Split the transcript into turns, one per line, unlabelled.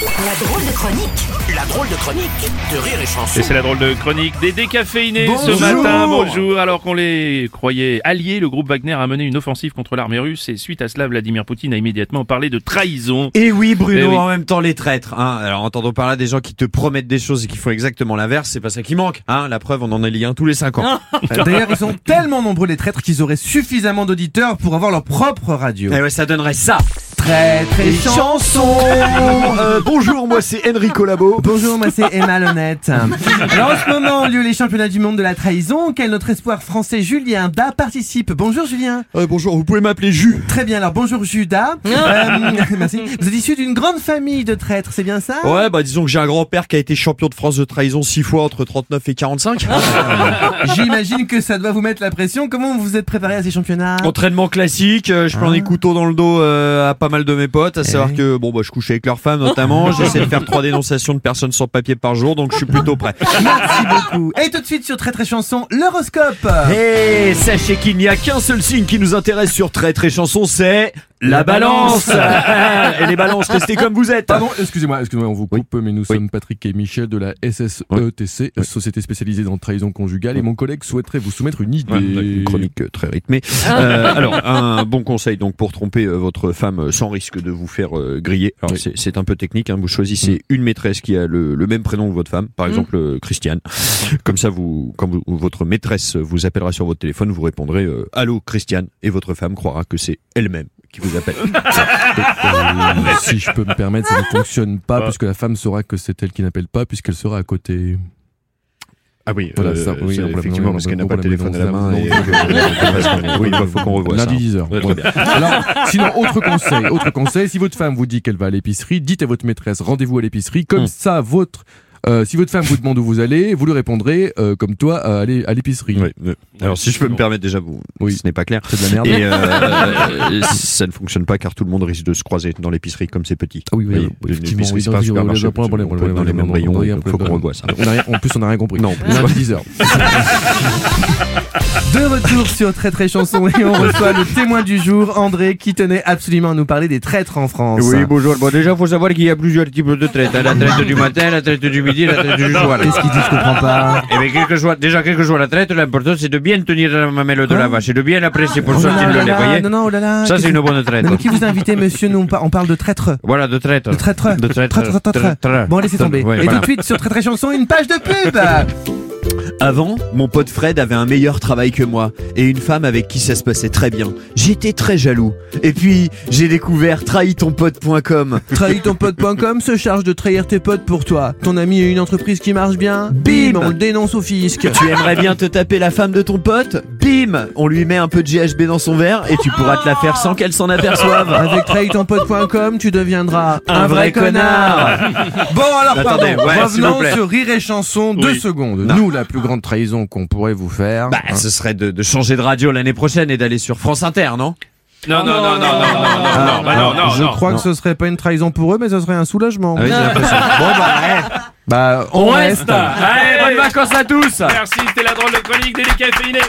La drôle de chronique
La drôle de chronique de Rire et Chanson.
Et c'est la drôle de chronique des décaféinés
Bonjour
ce matin. Bonjour. Alors qu'on les croyait alliés, le groupe Wagner a mené une offensive contre l'armée russe et suite à cela, Vladimir Poutine a immédiatement parlé de trahison.
Et oui, Bruno,
Eh oui.
en même temps, les traîtres. Hein. Alors, entendons par là des gens qui te promettent des choses et qui font exactement l'inverse, c'est pas ça qui manque. Hein. La preuve, on en élit un tous les cinq
Ah.
ans.
D'ailleurs, ils sont tellement nombreux les traîtres qu'ils auraient suffisamment d'auditeurs pour avoir leur propre radio.
Eh ouais, ça donnerait ça.
Traîtres et chansons Euh,
bonjour, moi c'est Enrico Labo.
Bonjour, moi c'est Emma Lonnette. Alors en ce moment, ont lieu les championnats du monde de la trahison, auquel notre espoir français Julien Da participe. Bonjour Julien.
Euh, bonjour, vous pouvez m'appeler Jus.
Très bien, alors bonjour Judas.
Ah.
Euh, merci. Vous êtes issu d'une grande famille de traîtres, c'est bien ça
Ouais, bah disons que j'ai un grand-père qui a été champion de France de trahison six fois entre 39 et 45.
Ah.
J'imagine que ça doit vous mettre la pression. Comment vous vous êtes préparé à ces championnats
Entraînement classique, euh, je
Ah.
prends des couteaux dans le dos euh, à pas mal de mes potes, à
Eh.
savoir que bon bah je couchais avec leurs femmes notamment, j'essaie de faire trois dénonciations de personnes sans papier par jour, donc je suis plutôt prêt.
Merci beaucoup. Et tout de suite sur Traîtres et chansons, l'horoscope.
Ah. Et sachez qu'il n'y a qu'un seul signe qui nous intéresse sur Très Très Chanson, c'est la balance. Et les balances, restez comme vous êtes.
Pardon, excusez-moi, excusez-moi, on vous coupe, mais nous sommes Patrick et Michel de la SSETC, Société spécialisée dans trahison conjugale, et mon collègue souhaiterait vous soumettre une idée.
Ouais, Une chronique euh, très rythmée. Euh, alors, un bon conseil donc pour tromper euh, votre femme euh, sans risque de vous faire euh, griller. Alors,
Oui.
c'est- c'est un peu technique. hein. Vous choisissez une maîtresse qui a le, le même prénom que votre femme, par exemple euh, Christiane. Comme ça, vous, quand vous- votre maîtresse vous appellera sur votre téléphone, vous répondrez euh, Allô Christiane, et votre femme croira que c'est elle-même qui vous appelle. Mm.
Euh, si je peux me permettre, ça ne fonctionne pas, puisque la femme saura que c'est elle qui n'appelle pas, puisqu'elle sera à côté.
Ah oui,
Voilà,
euh,
ça, oui,
c'est
on peut-
effectivement,
on
parce
peut-
qu'elle n'a
on
pas le
peut-
téléphone à la
on
main.
peut-
et-
on
Oui, il faut qu'on revoie ça.
Lundi 10h.
Ouais, très bien.
Alors, sinon, autre conseil, autre conseil, si votre femme vous dit qu'elle va à l'épicerie, dites à votre maîtresse, rendez-vous à l'épicerie, comme
Hmm.
ça, votre... euh, si votre femme vous demande où vous allez, vous lui répondrez, euh, comme toi, à aller à l'épicerie.
Oui, oui. Alors, si je peux me permettre, déjà, vous,
Oui.
ce n'est pas clair.
C'est de la merde.
Et euh, euh, ça ne fonctionne pas car tout le monde risque de se croiser dans l'épicerie comme c'est petit.
Ah oui, oui,
Vous
oui,
voyez,
effectivement,
l'épicerie,
oui,
c'est
dans
pas un
les-
supermarché,
dans les-
on peut
dans les-
être dans les mêmes
dans les-
rayons,
dans les-
il faut qu'on revoie ça.
On a rien- en plus, on n'a rien compris.
Non,
Lundi 10h.
De retour sur Traîtres et chansons et on reçoit le témoin du jour, André, qui tenait absolument à nous parler des traîtres en France.
bonjour. Bon, déjà, faut savoir qu'il y a plusieurs types de traites. La traite du matin, la traite du midi, la traite du soir.
Qu'est-ce qu'il dit, je comprends pas.
Et bien, quel que soit, déjà, quel que soit la traite, l'important, c'est de bien tenir la mamelle de la vache et de bien apprécier pour
Oh là
sortir
là
le lait,
là,
voyez
non, non, oh là là.
Ça, c'est
qu'est-ce
une
que-
bonne traite.
Non, mais qui vous a invité, monsieur Nous, on par- on parle de traître.
Voilà, de traite.
De traître.
De traître.
Traître, traître.
Traître.
Bon, laissez tomber.
Ouais,
et
voilà.
tout de suite sur Traîtres et chansons, une page de pub.
Avant, mon pote Fred avait un meilleur travail que moi et une femme avec qui ça se passait très bien. J'étais très jaloux. Et puis, j'ai découvert trahitonpote.com.
Trahitopote.com se charge de trahir tes potes pour toi. Ton ami a une entreprise qui marche bien.
Bim
On le dénonce au fisc.
Tu aimerais bien te taper la femme de ton pote Bim On lui met un peu de GHB dans son verre et tu pourras te la faire sans qu'elle s'en aperçoive.
Avec trahitonpote.com, tu deviendras
Un vrai connard
Bon alors pardon,
Attendez, ouais, s'il vous
revenons
plaît.
sur Rire et Chanson, deux
Deux secondes. Nous, la plus grande trahison qu'on pourrait vous faire.
Ah. Bah, ce serait de, de changer de radio l'année prochaine et d'aller sur France Inter, non
Non, non, non, non, non, non, non, non, bah non, non,
Je
non.
crois que ce serait pas une trahison pour eux, mais ce serait un soulagement.
Ah oui, j'ai l'impression. Bon, bah, ouais.
Bah, on, reste.
Allez,
Bonnes vacances à tous
Merci, c'était la drôle de chronique des décaféinés.